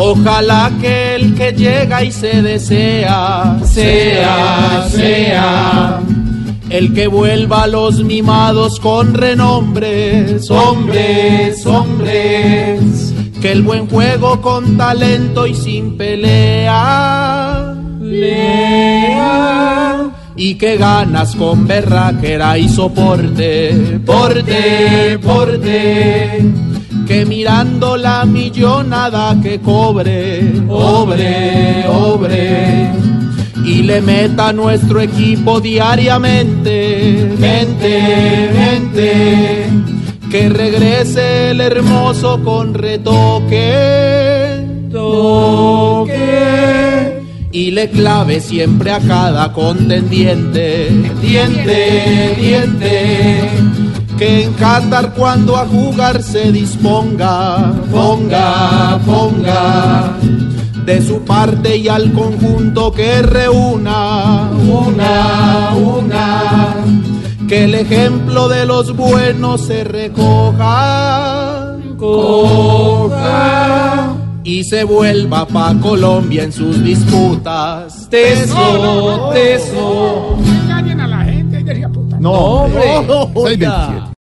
Ojalá que el que llega y se desea, sea, sea, el que vuelva a los mimados con renombres, hombres, hombres, que el buen juego con talento y sin pelea, lea, y que ganas con berraquera y soporte, porte, porte que mirando la millonada que cobre, obre, obre, y le meta a nuestro equipo diariamente, mente, mente, que regrese el hermoso con retoque, toque, y le clave siempre a cada contendiente, diente, diente que en Qatar cuando a jugar se disponga, ponga, ponga, de su parte y al conjunto que reúna, una, una, que el ejemplo de los buenos se recoja, coja, y se vuelva pa' Colombia en sus disputas, tesoro, tesoro. engañen a la gente, hija puta. No, hombre. Seis veintisiete.